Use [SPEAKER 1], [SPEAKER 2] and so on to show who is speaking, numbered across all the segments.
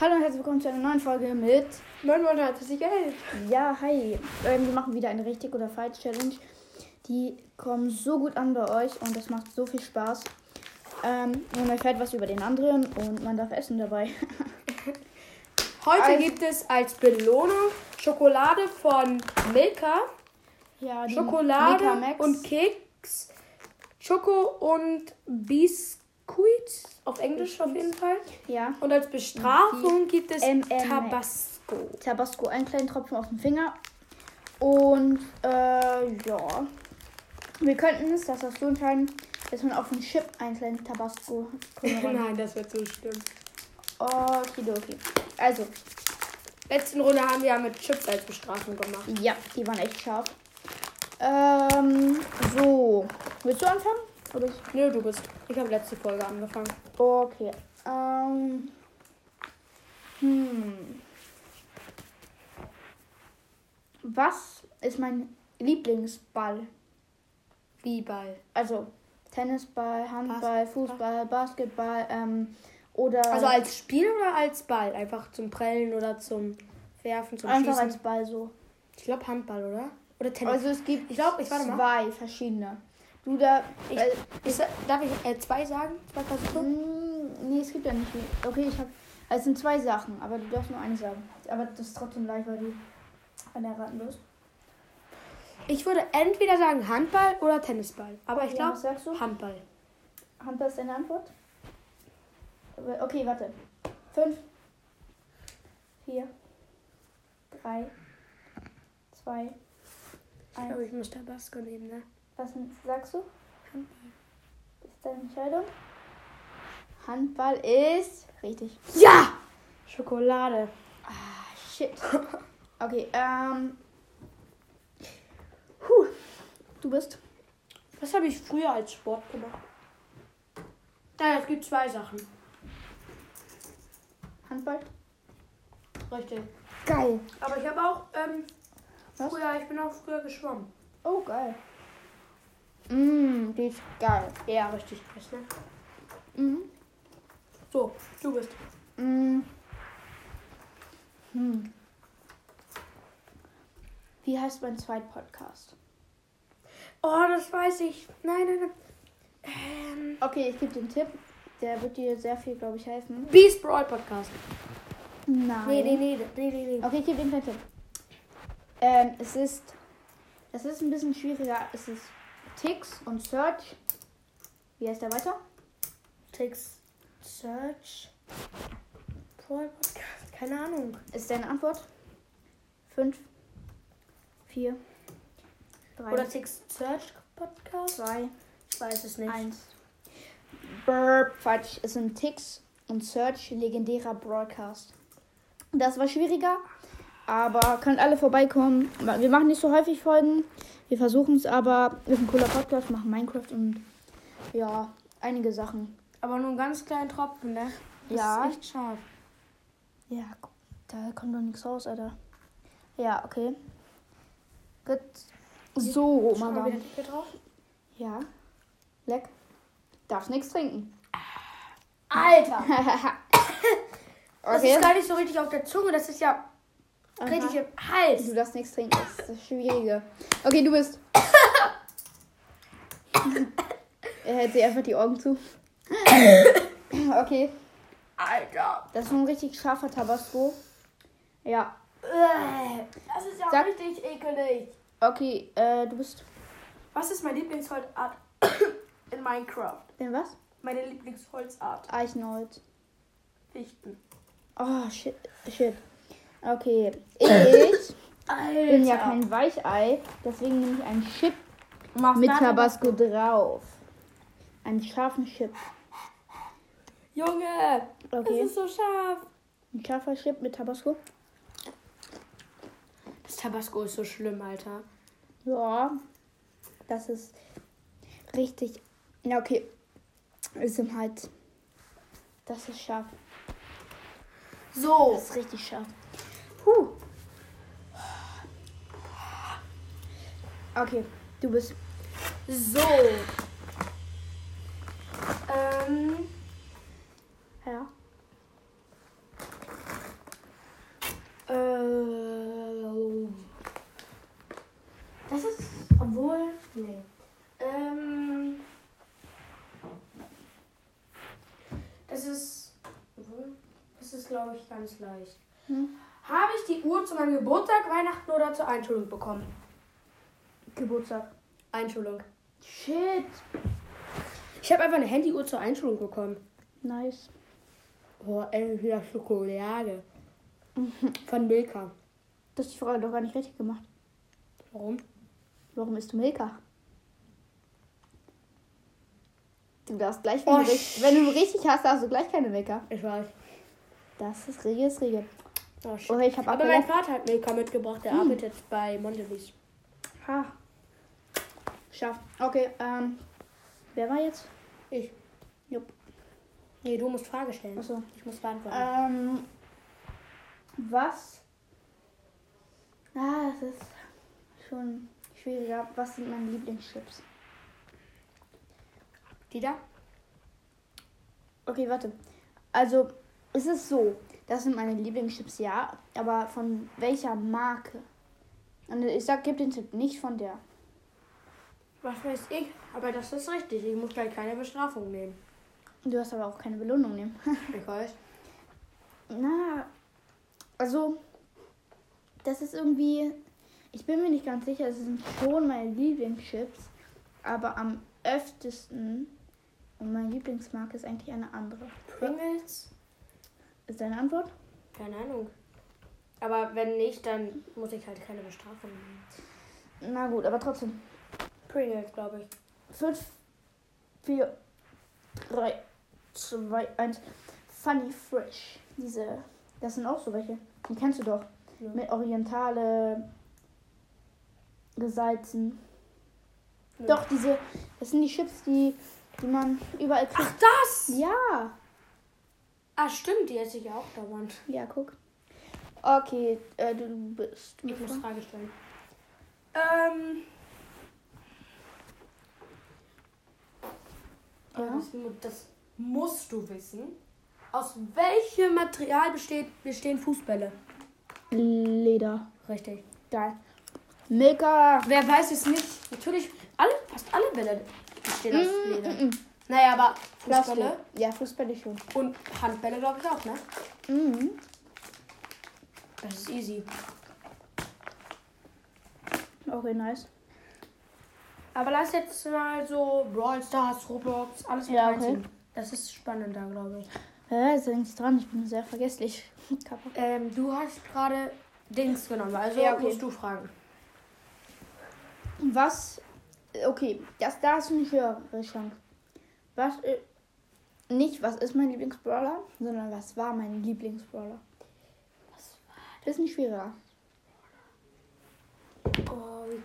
[SPEAKER 1] Hallo und herzlich willkommen zu einer neuen Folge mit.
[SPEAKER 2] 930 Geld.
[SPEAKER 1] Ja, hi. Ähm, wir machen wieder eine richtig oder falsch Challenge. Die kommen so gut an bei euch und das macht so viel Spaß. Ähm, man erfährt was über den anderen und man darf essen dabei.
[SPEAKER 2] Heute
[SPEAKER 1] Also-
[SPEAKER 2] gibt es als Belohnung Schokolade von Milka,
[SPEAKER 1] Ja,
[SPEAKER 2] Schokolade und
[SPEAKER 1] Keks.
[SPEAKER 2] Keks, Schoko und Biskuit, auf Englisch auf jeden Fall.
[SPEAKER 1] Ja.
[SPEAKER 2] Und als Bestrafung gibt es
[SPEAKER 1] M&M's.
[SPEAKER 2] Tabasco.
[SPEAKER 1] Tabasco, einen kleinen Tropfen auf den Finger. Und äh, ja. Wir könnten es, das hast du entscheiden, dass man auf den Chip einen kleinen Tabasco.
[SPEAKER 2] Nein, das wird so schlimm.
[SPEAKER 1] Okidoki. Also,
[SPEAKER 2] Letzten Runde haben wir ja mit Chips als Bestrafung gemacht.
[SPEAKER 1] Ja, die waren echt scharf. Ähm, so. Willst du anfangen? Oder ich?
[SPEAKER 2] Nö, du bist. Ich habe letzte Folge angefangen.
[SPEAKER 1] Okay. Ähm. Hm. Was ist mein Lieblingsball?
[SPEAKER 2] Wie Ball.
[SPEAKER 1] Also Tennisball, Handball, Fußball, Basketball, ähm, oder
[SPEAKER 2] Also als Spiel oder als Ball? Einfach zum Prellen oder zum Werfen, zum
[SPEAKER 1] einfach
[SPEAKER 2] Schießen?
[SPEAKER 1] als Ball so.
[SPEAKER 2] Ich glaube Handball, oder? Oder Tennis.
[SPEAKER 1] Also es gibt
[SPEAKER 2] Ich glaub, ich- warte mal.
[SPEAKER 1] zwei verschiedene. Du da. äh,
[SPEAKER 2] Ich-
[SPEAKER 1] weil-
[SPEAKER 2] Ist, darf ich äh, zwei sagen? Zwei Versuche?
[SPEAKER 1] Mm, Nee, es gibt ja nicht mehr. Okay, ich habe. Es sind zwei Sachen, aber du darfst nur eine sagen. Aber das ist trotzdem leicht, weil du an der Raten bist.
[SPEAKER 2] Ich würde entweder sagen Handball oder Tennisball. Aber ich
[SPEAKER 1] Ja,
[SPEAKER 2] glaube
[SPEAKER 1] was sagst du?
[SPEAKER 2] Handball.
[SPEAKER 1] Hand ist deine Antwort? Aber- Okay, warte. Fünf. Vier. Drei. Zwei.
[SPEAKER 2] Ich glaube,
[SPEAKER 1] Eins.
[SPEAKER 2] Oh, ich muss Tabasco nehmen, ne?
[SPEAKER 1] Was sagst du?
[SPEAKER 2] Handball.
[SPEAKER 1] Ist deine Entscheidung? Handball ist richtig.
[SPEAKER 2] Ja! Schokolade.
[SPEAKER 1] Ah, shit. Okay, ähm. Puh. Du bist.
[SPEAKER 2] Was habe ich früher als Sport gemacht? Nein, es gibt zwei Sachen.
[SPEAKER 1] Handball?
[SPEAKER 2] Richtig.
[SPEAKER 1] Geil.
[SPEAKER 2] Aber ich habe auch ähm,
[SPEAKER 1] Was?
[SPEAKER 2] früher, ich bin auch früher geschwommen.
[SPEAKER 1] Oh, geil. Mmm, die ist geil.
[SPEAKER 2] Ja, richtig krass, ne?
[SPEAKER 1] Mhm.
[SPEAKER 2] So, du bist.
[SPEAKER 1] Mm. Hm. Wie heißt mein zweiter Podcast?
[SPEAKER 2] Oh, das weiß ich. Nein, nein, nein. Ähm,
[SPEAKER 1] Okay, ich gebe den Tipp. Der wird dir sehr viel, glaube ich, helfen.
[SPEAKER 2] Beast Brawl Podcast.
[SPEAKER 1] Nein.
[SPEAKER 2] Nee, nee, nee, nee, nee, nee.
[SPEAKER 1] Okay, ich gebe den Tipp. Ähm, es ist. Das ist ein bisschen schwieriger. Es ist Tix und Search. Wie heißt der weiter?
[SPEAKER 2] Text Search Brawl Podcast. Keine Ahnung.
[SPEAKER 1] Ist deine Antwort? Fünf, vier, drei,
[SPEAKER 2] Oder Text Search Podcast?
[SPEAKER 1] zwei,
[SPEAKER 2] Ich weiß es nicht.
[SPEAKER 1] eins. Burp, falsch. Es sind Ticks und Search, legendärer Broadcast. Das war schwieriger, aber könnt alle vorbeikommen. Wir machen nicht so häufig Folgen. Wir versuchen es aber. Ist ein cooler Podcast, machen Minecraft und ja, einige Sachen.
[SPEAKER 2] Aber nur einen ganz kleinen Tropfen, ne? Das
[SPEAKER 1] Ja.
[SPEAKER 2] Ist echt scharf.
[SPEAKER 1] Ja, da kommt doch nichts raus, Alter. Ja, okay. Gut. So,
[SPEAKER 2] Schau mal
[SPEAKER 1] Mama.
[SPEAKER 2] wieder Dicke drauf.
[SPEAKER 1] Ja. Leck. Darf nichts trinken.
[SPEAKER 2] Alter! Das
[SPEAKER 1] okay.
[SPEAKER 2] ist gar nicht so richtig auf der Zunge, das ist ja
[SPEAKER 1] Aha.
[SPEAKER 2] richtig im Hals.
[SPEAKER 1] Du darfst nichts trinken. Das ist das Schwierige. Okay, du bist. er hält sich einfach die Augen zu. okay.
[SPEAKER 2] Alter!
[SPEAKER 1] Das ist so ein richtig scharfer Tabasco. Ja.
[SPEAKER 2] Äh, Das ist ja
[SPEAKER 1] Sag-
[SPEAKER 2] richtig ekelig.
[SPEAKER 1] Okay, äh, du bist.
[SPEAKER 2] Was ist meine Lieblingsholzart in Minecraft?
[SPEAKER 1] Denn was?
[SPEAKER 2] Meine Lieblingsholzart.
[SPEAKER 1] Eichenholz.
[SPEAKER 2] Fichten.
[SPEAKER 1] Oh, shit. shit. Okay. Ich
[SPEAKER 2] Alter.
[SPEAKER 1] bin ja kein Weichei. Deswegen nehme ich einen Chip
[SPEAKER 2] Mach
[SPEAKER 1] mit
[SPEAKER 2] da-
[SPEAKER 1] Tabasco drauf. Einen scharfen Chip.
[SPEAKER 2] Junge,
[SPEAKER 1] Okay.
[SPEAKER 2] das ist so scharf.
[SPEAKER 1] Ein scharfer Chip mit Tabasco.
[SPEAKER 2] Das Tabasco ist so schlimm, Alter.
[SPEAKER 1] Ja, das ist richtig. Ja, okay. Ist im halt. Das ist scharf.
[SPEAKER 2] So. Oh.
[SPEAKER 1] Das ist richtig scharf. Puh. Okay, du bist.
[SPEAKER 2] So. Ähm,
[SPEAKER 1] Ja.
[SPEAKER 2] Äh, Obwohl, nee. Ähm. Das ist. obwohl, Das ist, glaube ich, ganz leicht.
[SPEAKER 1] Hm.
[SPEAKER 2] Habe ich die Uhr zu meinem Geburtstag, Weihnachten oder zur Einschulung bekommen?
[SPEAKER 1] Geburtstag.
[SPEAKER 2] Einschulung.
[SPEAKER 1] Shit.
[SPEAKER 2] Ich habe einfach eine Handyuhr zur Einschulung bekommen.
[SPEAKER 1] Nice.
[SPEAKER 2] Oh, entweder Schokolade. Von Milka.
[SPEAKER 1] Du hast die Frage doch gar nicht richtig gemacht.
[SPEAKER 2] Warum?
[SPEAKER 1] Warum isst du Milka? Du darfst gleich,
[SPEAKER 2] Oh,
[SPEAKER 1] wenn, du, richtig, wenn du richtig hast, darfst du gleich keine Milka.
[SPEAKER 2] Ich weiß.
[SPEAKER 1] Das ist Regel, ist Regel.
[SPEAKER 2] Oh, shit. Hm.
[SPEAKER 1] Oh, ich habe
[SPEAKER 2] Aber mein
[SPEAKER 1] abgelacht.
[SPEAKER 2] Vater hat Milka mitgebracht. Der arbeitet bei Mondelez.
[SPEAKER 1] Ha. Schaff. Okay, ähm. Wer war jetzt?
[SPEAKER 2] Ich.
[SPEAKER 1] Jupp.
[SPEAKER 2] Nee, du musst Frage stellen.
[SPEAKER 1] Achso.
[SPEAKER 2] Ich muss beantworten.
[SPEAKER 1] Ähm. Was? Ah, das ist schon schwieriger. Was sind meine Lieblingschips?
[SPEAKER 2] Die da?
[SPEAKER 1] Okay, warte. Also, es ist so, das sind meine Lieblingschips, ja, aber von welcher Marke? Und ich sag, gib den Tipp, nicht von der.
[SPEAKER 2] Was weiß ich? Aber das ist richtig. Ich muss gleich keine Bestrafung nehmen.
[SPEAKER 1] Du darfst aber auch keine Belohnung ne? nehmen.
[SPEAKER 2] Ich weiß.
[SPEAKER 1] Na, also, das ist irgendwie, ich bin mir nicht ganz sicher, es sind schon meine Lieblingschips, aber am öftesten und meine Lieblingsmarke ist eigentlich eine andere.
[SPEAKER 2] Pringles?
[SPEAKER 1] Ist deine Antwort?
[SPEAKER 2] Keine Ahnung. Aber wenn nicht, dann muss ich halt keine Bestrafung nehmen.
[SPEAKER 1] Na gut, aber trotzdem.
[SPEAKER 2] Pringles, glaube ich.
[SPEAKER 1] 5, 4, 3, 2, 1. Funny Fresh. Diese, das sind auch so welche. Die kennst du doch.
[SPEAKER 2] Ja.
[SPEAKER 1] Mit Orientale, gesalzen.
[SPEAKER 2] Ja.
[SPEAKER 1] Doch, diese, das sind die Chips, die, die man überall kriegt.
[SPEAKER 2] Ach, das!
[SPEAKER 1] Ja.
[SPEAKER 2] Ah, stimmt. Die esse ich auch dauernd.
[SPEAKER 1] Ja, guck. Okay, äh, du, du bist.
[SPEAKER 2] Ich muss Frage stellen.
[SPEAKER 3] Ähm,
[SPEAKER 1] Ja.
[SPEAKER 3] das, mu- das musst du wissen.
[SPEAKER 2] Aus welchem Material besteht, bestehen Fußbälle?
[SPEAKER 1] Leder.
[SPEAKER 2] Richtig.
[SPEAKER 1] Geil. Milka.
[SPEAKER 2] Wer weiß es nicht? Natürlich, alle, fast alle Bälle bestehen aus Leder.
[SPEAKER 1] Mm, mm, mm.
[SPEAKER 2] Naja, aber
[SPEAKER 1] Plastik.
[SPEAKER 2] Fußbälle
[SPEAKER 1] Ja, Fußbälle schon.
[SPEAKER 2] und Handbälle glaube ich auch, ne?
[SPEAKER 1] Mhm.
[SPEAKER 2] Das ist easy.
[SPEAKER 1] Okay, nice.
[SPEAKER 2] Aber lass jetzt mal so Brawl Stars, Roblox, alles mit
[SPEAKER 1] Ja,
[SPEAKER 2] reinziehen. Das ist spannender, glaube ich.
[SPEAKER 1] Ja, ist eigentlich dran. Ich bin sehr vergesslich. Kappa.
[SPEAKER 2] Ähm, du hast gerade Dings genommen, also
[SPEAKER 1] Ja, okay.
[SPEAKER 2] musst du fragen.
[SPEAKER 1] Was? Okay, das da ist eine höhere Chance. Was? äh, Nicht, was ist mein Lieblingsbrawler, sondern was war mein Lieblingsbrawler?
[SPEAKER 2] Was
[SPEAKER 1] Das ist nicht schwieriger.
[SPEAKER 2] Oh, wie-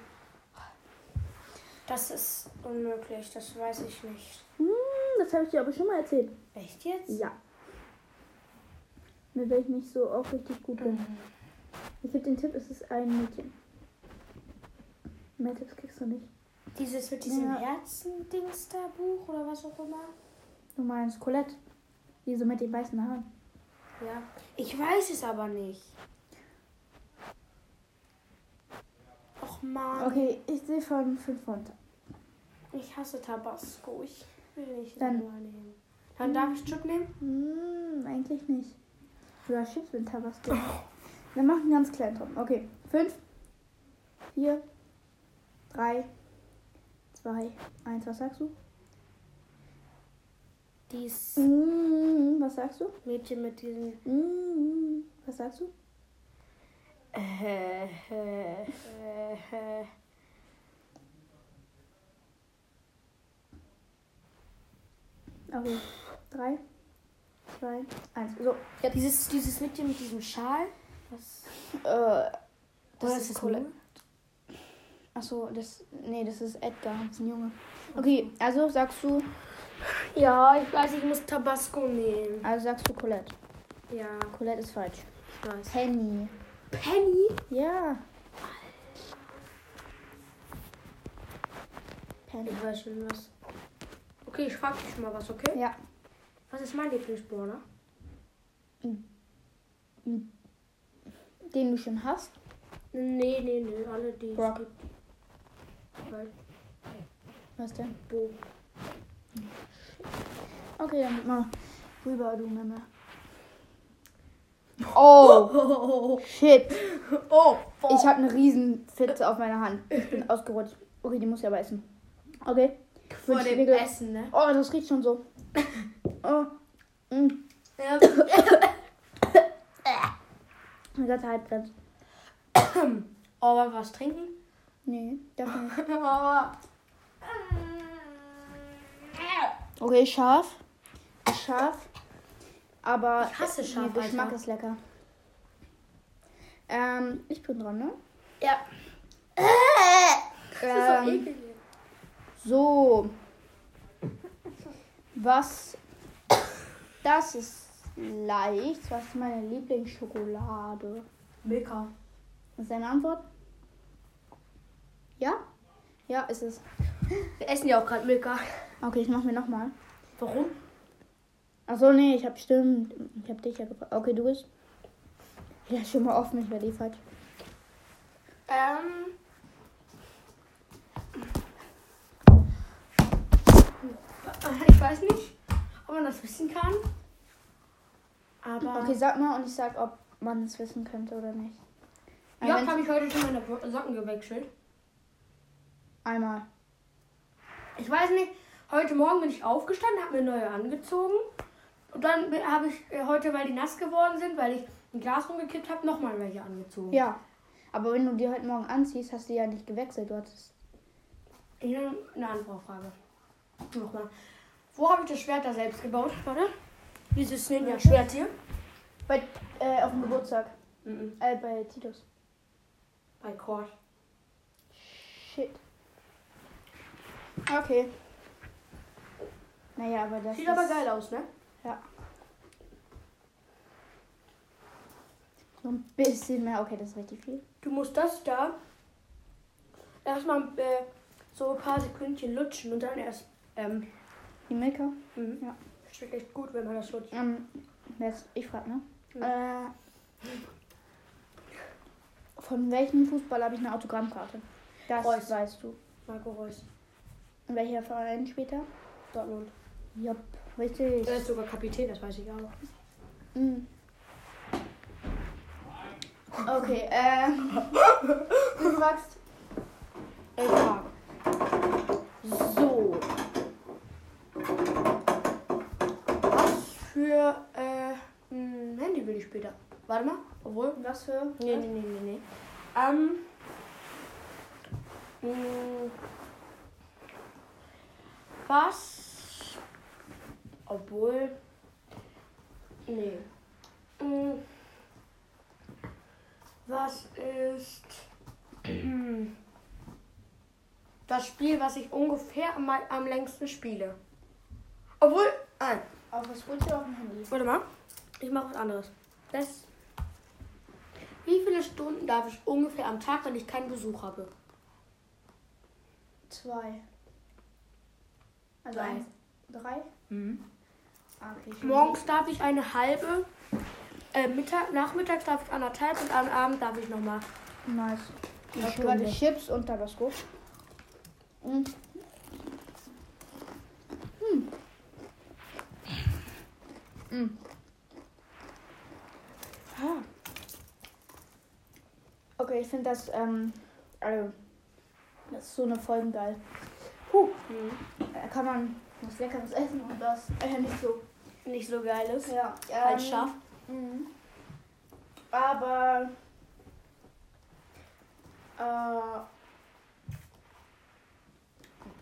[SPEAKER 2] das ist unmöglich, das weiß ich nicht.
[SPEAKER 1] Hm, das habe ich dir aber schon mal erzählt.
[SPEAKER 2] Echt jetzt?
[SPEAKER 1] Ja. Mit welchem ich so auch richtig gut bin. Ich gebe den Tipp, es ist ein Mädchen. Mehr Tipps kriegst du nicht.
[SPEAKER 2] Dieses mit diesem
[SPEAKER 1] Ja.
[SPEAKER 2] Herzen-Dings da Buch oder was auch immer?
[SPEAKER 1] Du meinst Colette. Die so mit den weißen Haaren.
[SPEAKER 2] Ja. Ich weiß es aber nicht. Och man,
[SPEAKER 1] Okay, ich sehe von 5 runter.
[SPEAKER 2] ich hasse Tabasco. Ich will nicht
[SPEAKER 1] Dann-
[SPEAKER 2] nochmal nehmen. Dann darf ich Chip nehmen?
[SPEAKER 1] Hm, eigentlich nicht. Oder Chips mit Tabasco. Wir machen einen ganz kleinen drum. Okay. 5, 4, 3, 2, 1. Was sagst du?
[SPEAKER 2] Dies
[SPEAKER 1] Mm, was sagst du?
[SPEAKER 2] Mädchen mit diesem.
[SPEAKER 1] Mm, was sagst du?
[SPEAKER 2] Äh, äh, äh, äh.
[SPEAKER 1] Okay. 3, 2, 1. So. äh, Jetzt.
[SPEAKER 2] Dieses, dieses Mädchen mit diesem Schal. Was?
[SPEAKER 1] Äh, das
[SPEAKER 2] Oder
[SPEAKER 1] ist
[SPEAKER 2] es
[SPEAKER 1] cool.
[SPEAKER 2] nur-
[SPEAKER 1] Achso, das. Nee, das ist Edgar. Das ist ein Junge. Okay, also sagst du.
[SPEAKER 2] Ja, ich weiß, ich muss Tabasco nehmen.
[SPEAKER 1] Also sagst du Colette.
[SPEAKER 2] Ja,
[SPEAKER 1] Colette ist falsch.
[SPEAKER 2] ich weiß.
[SPEAKER 1] Penny.
[SPEAKER 2] Penny?
[SPEAKER 1] Ja. Penny.
[SPEAKER 2] Ich weiß schon was. Okay, ich frag dich mal was, okay?
[SPEAKER 1] Ja.
[SPEAKER 2] Was ist mein Lieblingsbrawler?
[SPEAKER 1] Den du schon hast.
[SPEAKER 2] Nee, nee, nee, alle die. es
[SPEAKER 1] Brock.
[SPEAKER 2] gibt. weil
[SPEAKER 1] Was denn?
[SPEAKER 2] Bo.
[SPEAKER 1] Okay, dann mal rüber, du Memme. Oh,
[SPEAKER 3] Oh,
[SPEAKER 1] shit.
[SPEAKER 3] oh,
[SPEAKER 1] Ich habe eine riesen Fitze auf meiner Hand. Ich bin ausgerutscht. Okay, die muss ich aber essen. Okay.
[SPEAKER 3] vor
[SPEAKER 1] Wünsch
[SPEAKER 3] dem
[SPEAKER 1] Riegel.
[SPEAKER 3] Essen, ne?
[SPEAKER 1] Oh, das riecht schon so. Oh, mm,
[SPEAKER 3] Ja.
[SPEAKER 1] mein ganzer Hals brennt.
[SPEAKER 2] Oh, wollen wir was trinken?
[SPEAKER 1] Nee, darf nicht.
[SPEAKER 2] Ich
[SPEAKER 1] Okay, scharf. Scharf. Aber
[SPEAKER 2] hasse
[SPEAKER 1] der
[SPEAKER 2] scharf,
[SPEAKER 1] Geschmack
[SPEAKER 2] Alter.
[SPEAKER 1] ist lecker. Ähm, ich bin dran, ne?
[SPEAKER 2] Ja.
[SPEAKER 1] Ähm, So. Was. Das ist leicht. Was ist meine Lieblingsschokolade?
[SPEAKER 3] Milka.
[SPEAKER 1] Ist deine Antwort? Ja? Ja, ist es.
[SPEAKER 2] Wir essen ja auch gerade Milka.
[SPEAKER 1] Okay, ich mach mir nochmal.
[SPEAKER 2] Warum?
[SPEAKER 1] Achso, nee, ich hab stimmt. Ich hab dich ja gefragt. Okay, du bist. Ja, schon mal offen, ich werde eh falsch.
[SPEAKER 2] Ähm. Äh, Ich weiß nicht, ob man das wissen kann. Aber.
[SPEAKER 1] Okay, sag mal und ich sag, ob man es wissen könnte oder nicht. Ein
[SPEAKER 2] Jörg
[SPEAKER 1] Mensch-
[SPEAKER 2] habe ich heute schon meine Bo- Socken gewechselt.
[SPEAKER 1] Einmal.
[SPEAKER 2] Ich weiß nicht, heute Morgen bin ich aufgestanden, habe mir neue angezogen. Und dann bin- habe ich äh, heute, weil die nass geworden sind, weil ich ein Glas rumgekippt habe, nochmal welche angezogen.
[SPEAKER 1] Ja. Aber wenn du die heute Morgen anziehst, hast du die ja nicht gewechselt. Du hattest.
[SPEAKER 2] Ich habe eine andere Frage. Nochmal. Wo habe ich das Schwert da selbst gebaut? Warte. Dieses Ninja-Schwert hier.
[SPEAKER 1] Bei, äh, auf dem Geburtstag.
[SPEAKER 2] Mhm.
[SPEAKER 1] Äh, bei Titus.
[SPEAKER 2] Bei Kord.
[SPEAKER 1] Shit. Okay. Naja, aber das
[SPEAKER 2] Sieht
[SPEAKER 1] ist-
[SPEAKER 2] aber geil aus, ne?
[SPEAKER 1] So ein bisschen mehr. Okay, das ist richtig viel.
[SPEAKER 2] Du musst das da erstmal äh, so ein paar Sekündchen lutschen und dann erst. Ähm,
[SPEAKER 1] Die Milka.
[SPEAKER 2] mhm.
[SPEAKER 1] Ja.
[SPEAKER 2] Schmeckt echt gut, wenn man das lutscht.
[SPEAKER 1] Ähm, jetzt, ich frag, ne? Äh, von welchem Fußball habe ich eine Autogrammkarte? Das
[SPEAKER 2] Reus.
[SPEAKER 1] weißt du.
[SPEAKER 2] Marco Reus,
[SPEAKER 1] Und welcher Verein später? Äh,
[SPEAKER 2] Dortmund.
[SPEAKER 1] Jupp, richtig.
[SPEAKER 2] Er ist sogar Kapitän, das weiß ich auch.
[SPEAKER 1] Mm. Okay, ähm. Du fragst.
[SPEAKER 2] LK.
[SPEAKER 1] So.
[SPEAKER 2] Was für äh, ein Handy will ich später? Warte mal. Obwohl.
[SPEAKER 1] Was für.
[SPEAKER 2] Nee, nee, nee, nee, nee. Ähm. hm, mh, Was? Obwohl. Nee. Mh, Was ist. hm, mh, Das Spiel, was ich ungefähr am, mei- am längsten spiele. Obwohl. Nein.
[SPEAKER 1] Auf was holst du auf dem Handy?
[SPEAKER 2] Warte mal. Ich mache was anderes. Das. Wie viele Stunden darf ich ungefähr am Tag, wenn ich keinen Besuch habe?
[SPEAKER 1] Zwei. Also
[SPEAKER 2] Drei.
[SPEAKER 1] eins. Drei? Ah, Okay. ich-
[SPEAKER 2] Morgens darf ich eine halbe, äh, Mittag, nachmittags darf ich anderthalb und am Abend darf ich nochmal.
[SPEAKER 1] Nice.
[SPEAKER 2] Eine
[SPEAKER 1] Ich hatte
[SPEAKER 2] Stunde.
[SPEAKER 1] Chips und Tabasco. Mm. Hm. Mm. Ah. Okay, ich finde das, ähm, also, das ist so eine Folgen geil. Puh, da kann man was Leckeres essen und das äh, nicht so.
[SPEAKER 2] Nicht so geiles.
[SPEAKER 1] Ja,
[SPEAKER 2] Halt scharf.
[SPEAKER 1] Mhm. Aber äh,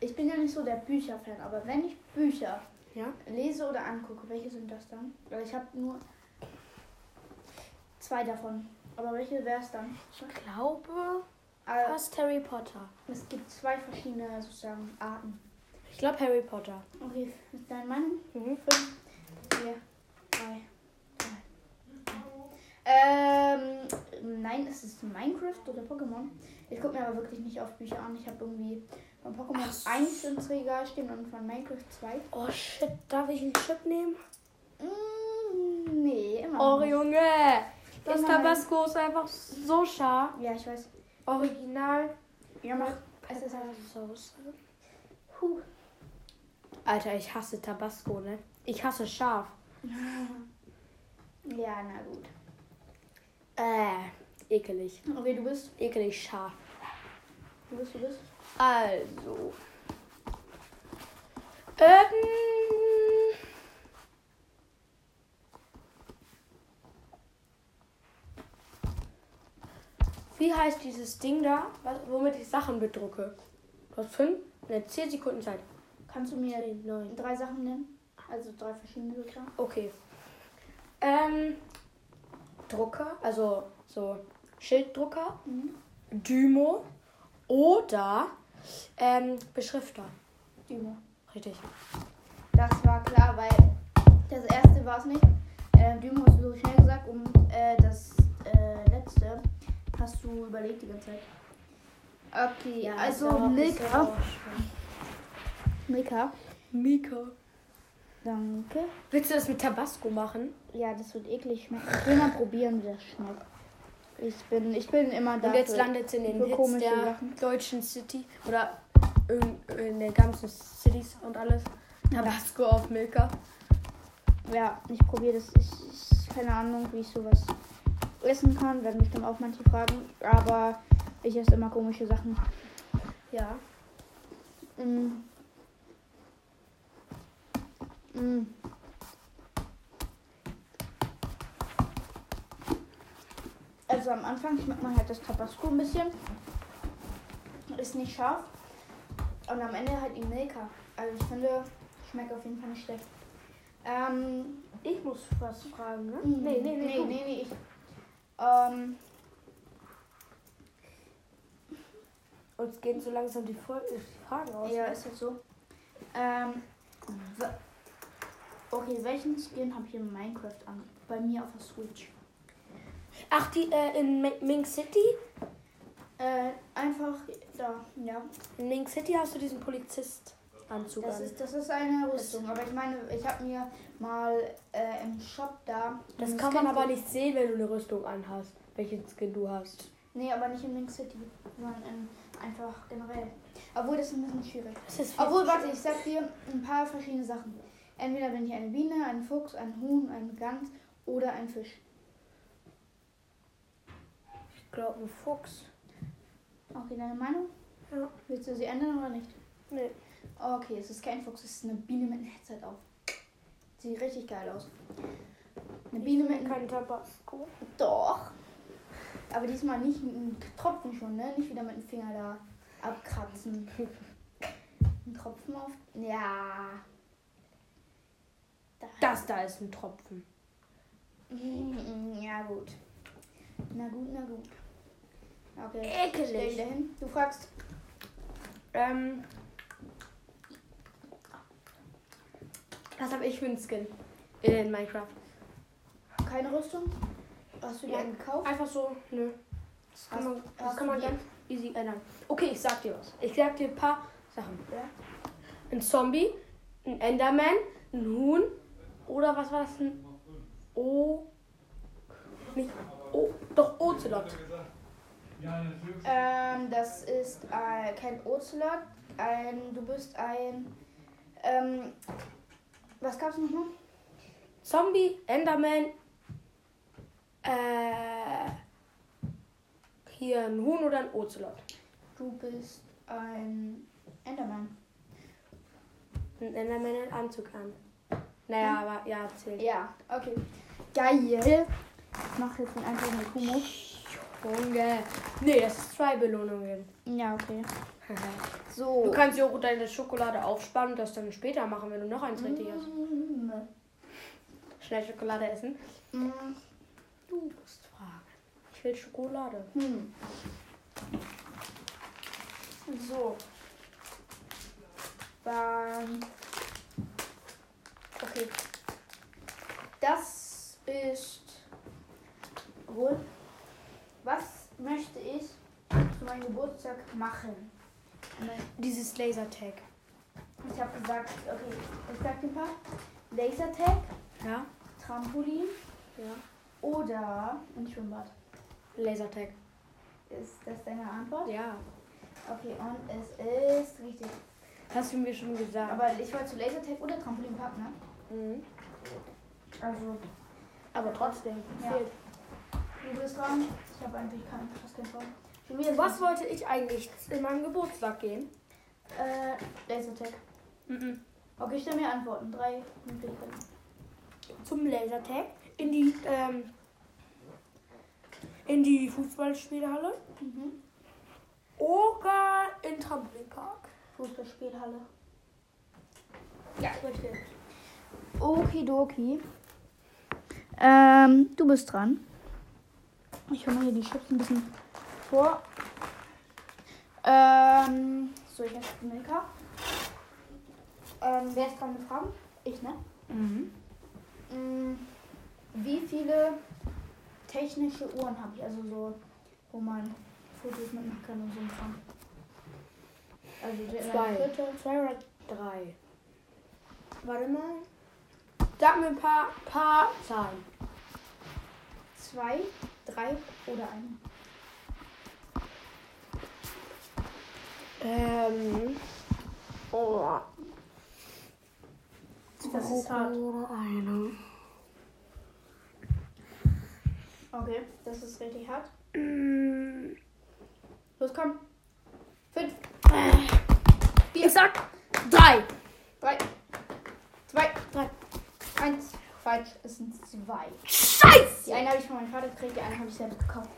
[SPEAKER 1] ich bin ja nicht so der Bücherfan, aber wenn ich Bücher
[SPEAKER 2] Ja.
[SPEAKER 1] lese oder angucke, welche sind das dann? Weil ich habe nur zwei davon. Aber welche wäre es dann?
[SPEAKER 2] Ich glaube,
[SPEAKER 1] Äh,
[SPEAKER 2] fast Harry Potter.
[SPEAKER 1] es gibt zwei verschiedene sozusagen Arten.
[SPEAKER 2] Ich glaube Harry Potter.
[SPEAKER 1] Okay, ist deine Meinung?
[SPEAKER 2] Mhm.
[SPEAKER 1] Vier, drei, zwei, ein. Ähm, nein, ist es Minecraft oder Pokémon? Ich gucke mir aber wirklich nicht oft Bücher an. Ich habe irgendwie von Pokémon
[SPEAKER 2] Ach so.
[SPEAKER 1] 1 ins Regal stehen und von Minecraft 2.
[SPEAKER 2] Oh shit, darf ich einen Chip nehmen?
[SPEAKER 1] Mm, nee, immer noch
[SPEAKER 2] Oh Junge, das
[SPEAKER 1] Immer
[SPEAKER 2] Tabasco ist einfach so scharf.
[SPEAKER 1] nicht. Ja, ich weiß.
[SPEAKER 2] Original
[SPEAKER 1] Ja, mach.
[SPEAKER 2] Es ist also Sauce. Huh. Alter, ich hasse Tabasco, ne? Ich hasse scharf.
[SPEAKER 1] Ja, na gut.
[SPEAKER 2] Äh, ekelig.
[SPEAKER 1] Okay, du bist.
[SPEAKER 2] Ekelig scharf.
[SPEAKER 1] Du bist, du bist.
[SPEAKER 2] Also. Ähm. Wie heißt dieses Ding da, was, womit ich Sachen bedrucke? Du hast fünf? Ne, zehn Sekunden Zeit.
[SPEAKER 1] Kannst du mir
[SPEAKER 2] Zehn, neun.
[SPEAKER 1] drei Sachen nennen? Also drei verschiedene Sachen.
[SPEAKER 2] Okay. Ähm. Drucker, also so Schilddrucker,
[SPEAKER 1] Mhm.
[SPEAKER 2] Dymo oder ähm, Beschrifter.
[SPEAKER 1] Immer.
[SPEAKER 2] Richtig.
[SPEAKER 1] Das war klar, weil das erste war es nicht. Ähm, Dümo hast du so schnell gesagt und äh, das äh, letzte hast du überlegt die ganze Zeit. Okay, also Milka. Milka.
[SPEAKER 2] Mika.
[SPEAKER 1] Danke.
[SPEAKER 2] Willst du das mit Tabasco machen?
[SPEAKER 1] Ja, das wird eklig schmecken. Ich will mal probieren, wie das schmeckt. Ich bin, ich bin immer da.
[SPEAKER 2] Und jetzt landet es in den
[SPEAKER 1] für
[SPEAKER 2] Hits
[SPEAKER 1] komische
[SPEAKER 2] der
[SPEAKER 1] Sachen.
[SPEAKER 2] deutschen City oder in, in den ganzen Cities und alles. Tabasco auf Milka.
[SPEAKER 1] Ja, ich probiere das. Ich, ich keine Ahnung, wie ich sowas essen kann. Werden mich dann auch manche fragen. Aber ich esse immer komische Sachen.
[SPEAKER 2] Ja.
[SPEAKER 1] Mm. Mm. Also am Anfang schmeckt man halt das Tabasco ein bisschen. Ist nicht scharf. Und am Ende halt die Milka. Also ich finde, schmeckt auf jeden Fall nicht schlecht. Ähm,
[SPEAKER 2] Ich muss was fragen, ne?
[SPEAKER 1] nee, nee, nee, nee, nee, ich. Ähm,
[SPEAKER 2] Uns gehen so langsam die Fol- äh, die Fragen aus.
[SPEAKER 1] Ja,
[SPEAKER 2] ne?
[SPEAKER 1] ist halt so. Ähm, w- okay, welchen Skin habe ich in Minecraft an? Bei mir auf der Switch.
[SPEAKER 2] Ach, die äh, in Mi- Ming City?
[SPEAKER 1] Äh, einfach da, ja.
[SPEAKER 2] In Ming City hast du diesen Polizistanzug
[SPEAKER 1] Das
[SPEAKER 2] an.
[SPEAKER 1] ist, das ist eine Rüstung, aber ich meine, ich habe mir mal äh, im Shop da.
[SPEAKER 2] das
[SPEAKER 1] einen
[SPEAKER 2] kann man
[SPEAKER 1] Skin
[SPEAKER 2] aber
[SPEAKER 1] ge-
[SPEAKER 2] nicht sehen, wenn du eine Rüstung anhast. Welchen Skin du hast.
[SPEAKER 1] Nee, aber nicht in Link City, sondern in, einfach generell. Obwohl, das ist ein bisschen schwierig.
[SPEAKER 2] Das ist
[SPEAKER 1] Obwohl, warte, ich sag dir ein paar verschiedene Sachen. Entweder bin ich eine Biene, ein Fuchs, ein Huhn, ein Gans oder ein Fisch.
[SPEAKER 2] ich glaube, ein Fuchs.
[SPEAKER 1] Okay, deine Meinung?
[SPEAKER 2] Ja.
[SPEAKER 1] Willst du sie ändern oder nicht?
[SPEAKER 2] Nee.
[SPEAKER 1] Okay, es ist kein Fuchs, es ist eine Biene mit einem Headset auf. Sieht richtig geil aus. Eine Biene mit einem...
[SPEAKER 2] Kein Tabasco.
[SPEAKER 1] Doch. Aber diesmal nicht mit einem Tropfen schon, ne? Nicht wieder mit dem Finger da abkratzen. Ein Tropfen auf... Ja. Da.
[SPEAKER 2] Das da ist ein Tropfen.
[SPEAKER 1] Mm, Ja, gut. Na gut, na gut. Okay. Stell
[SPEAKER 2] Ekelig.
[SPEAKER 1] wieder hin. Du fragst.
[SPEAKER 2] Ähm. Was habe ich für einen Skin in Minecraft?
[SPEAKER 1] Keine Rüstung? Hast du dir
[SPEAKER 2] Ja.
[SPEAKER 1] einen gekauft?
[SPEAKER 2] Einfach so, nö. Das kann
[SPEAKER 1] Hast-
[SPEAKER 2] man, das
[SPEAKER 1] hast
[SPEAKER 2] kann man
[SPEAKER 1] du die?
[SPEAKER 2] ganz easy ändern. Okay, ich sag dir was. Ich sag dir ein paar Sachen.
[SPEAKER 1] Ja.
[SPEAKER 2] Ein Zombie, ein Enderman, ein Huhn oder was war das? Ein O. Nicht O. Doch, Ocelot.
[SPEAKER 1] Ähm, das ist äh, kein Ocelot. Ein, du bist ein. Ähm, was gab's nochmal?
[SPEAKER 2] Zombie, Enderman, äh, hier ein Huhn oder ein Ocelot.
[SPEAKER 1] Du bist ein Enderman.
[SPEAKER 2] Ein Enderman einen Anzug an. Naja, aber ja, zählt.
[SPEAKER 1] Ja, okay. Geil. Ich mache jetzt den Anfang mit Kumo.
[SPEAKER 2] Junge. Nee, das ist zwei Belohnungen.
[SPEAKER 1] Ja, okay.
[SPEAKER 2] Du
[SPEAKER 1] So.
[SPEAKER 2] kannst ja auch deine Schokolade aufsparen und das dann später machen, wenn du noch eins richtig also. hast.
[SPEAKER 1] Mm,
[SPEAKER 2] Schnell Schokolade essen.
[SPEAKER 1] mm,
[SPEAKER 2] Du musst fragen. Ich will Schokolade.
[SPEAKER 1] hm. So. Dann.
[SPEAKER 2] Okay.
[SPEAKER 1] Das ist wohl. Was möchte ich zu meinem Geburtstag machen?
[SPEAKER 2] Dieses Lasertag.
[SPEAKER 1] Ich habe gesagt, okay, ich sag dir ein paar. Lasertag,
[SPEAKER 2] Ja?
[SPEAKER 1] Trampolin
[SPEAKER 2] Ja.
[SPEAKER 1] oder ein Schwimmbad.
[SPEAKER 2] Lasertag.
[SPEAKER 1] Ist das deine Antwort?
[SPEAKER 2] Ja.
[SPEAKER 1] Okay, und es ist richtig.
[SPEAKER 2] Hast du mir schon gesagt. Mhm.
[SPEAKER 1] Aber ich war zu Lasertag oder Trampolinpark, ne? Also,
[SPEAKER 2] Aber trotzdem.
[SPEAKER 1] Ja.
[SPEAKER 2] Fehlt.
[SPEAKER 1] du bist dran. Ich habe eigentlich keinen, fast keinen Traum. Schon wieder
[SPEAKER 2] Zu was wollte ich eigentlich in meinem Geburtstag gehen?
[SPEAKER 1] Äh, Lasertag.
[SPEAKER 2] Mhm.
[SPEAKER 1] Okay, ich stelle mir Antworten. Drei Möglichkeiten.
[SPEAKER 2] Zum Lasertag. In die, ähm, in die Fußballspielhalle.
[SPEAKER 1] Mhm.
[SPEAKER 2] Oder in den Trampolinpark.
[SPEAKER 1] Fußballspielhalle.
[SPEAKER 2] Ja, richtig.
[SPEAKER 1] Okidoki. Ähm, du bist dran. Ich hole mal hier die Chips ein bisschen vor. Ähm, so, ich esse Milka. Ähm, wer ist dran mit Fragen? Ich, ne? Mm, Wie viele technische Uhren habe ich? Also so, wo man Fotos mitmachen kann und so ein Kram. Also der
[SPEAKER 2] Zwei.
[SPEAKER 1] vierte.
[SPEAKER 2] Zwei oder drei.
[SPEAKER 1] Warte mal.
[SPEAKER 2] Sag mir ein paar, paar Zahlen.
[SPEAKER 1] Zwei, drei oder eine.
[SPEAKER 2] Ehm,
[SPEAKER 3] Ähm. Oh.
[SPEAKER 2] Das ist hart.
[SPEAKER 3] Oder eine.
[SPEAKER 1] Okay, das ist richtig hart. Los, komm. Fünf,
[SPEAKER 3] Ich sag drei.
[SPEAKER 1] drei, zwei,
[SPEAKER 3] Drei.
[SPEAKER 1] eins. Falsch, es sind zwei.
[SPEAKER 3] Scheiß!
[SPEAKER 1] Die eine habe ich von meinem Vater gekriegt, die eine habe ich selbst gekauft.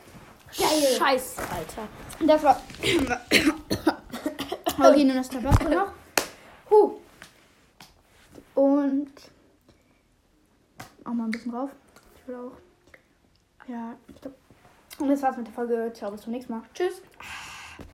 [SPEAKER 3] Geil. Scheiß, Alter.
[SPEAKER 1] Das war. okay, nur das Tabasco noch. Huh. Und. Auch mal ein bisschen drauf. Ich will auch. Ja, ich glaub. Und das war's mit der Folge. Ciao, bis zum nächsten Mal. Tschüss.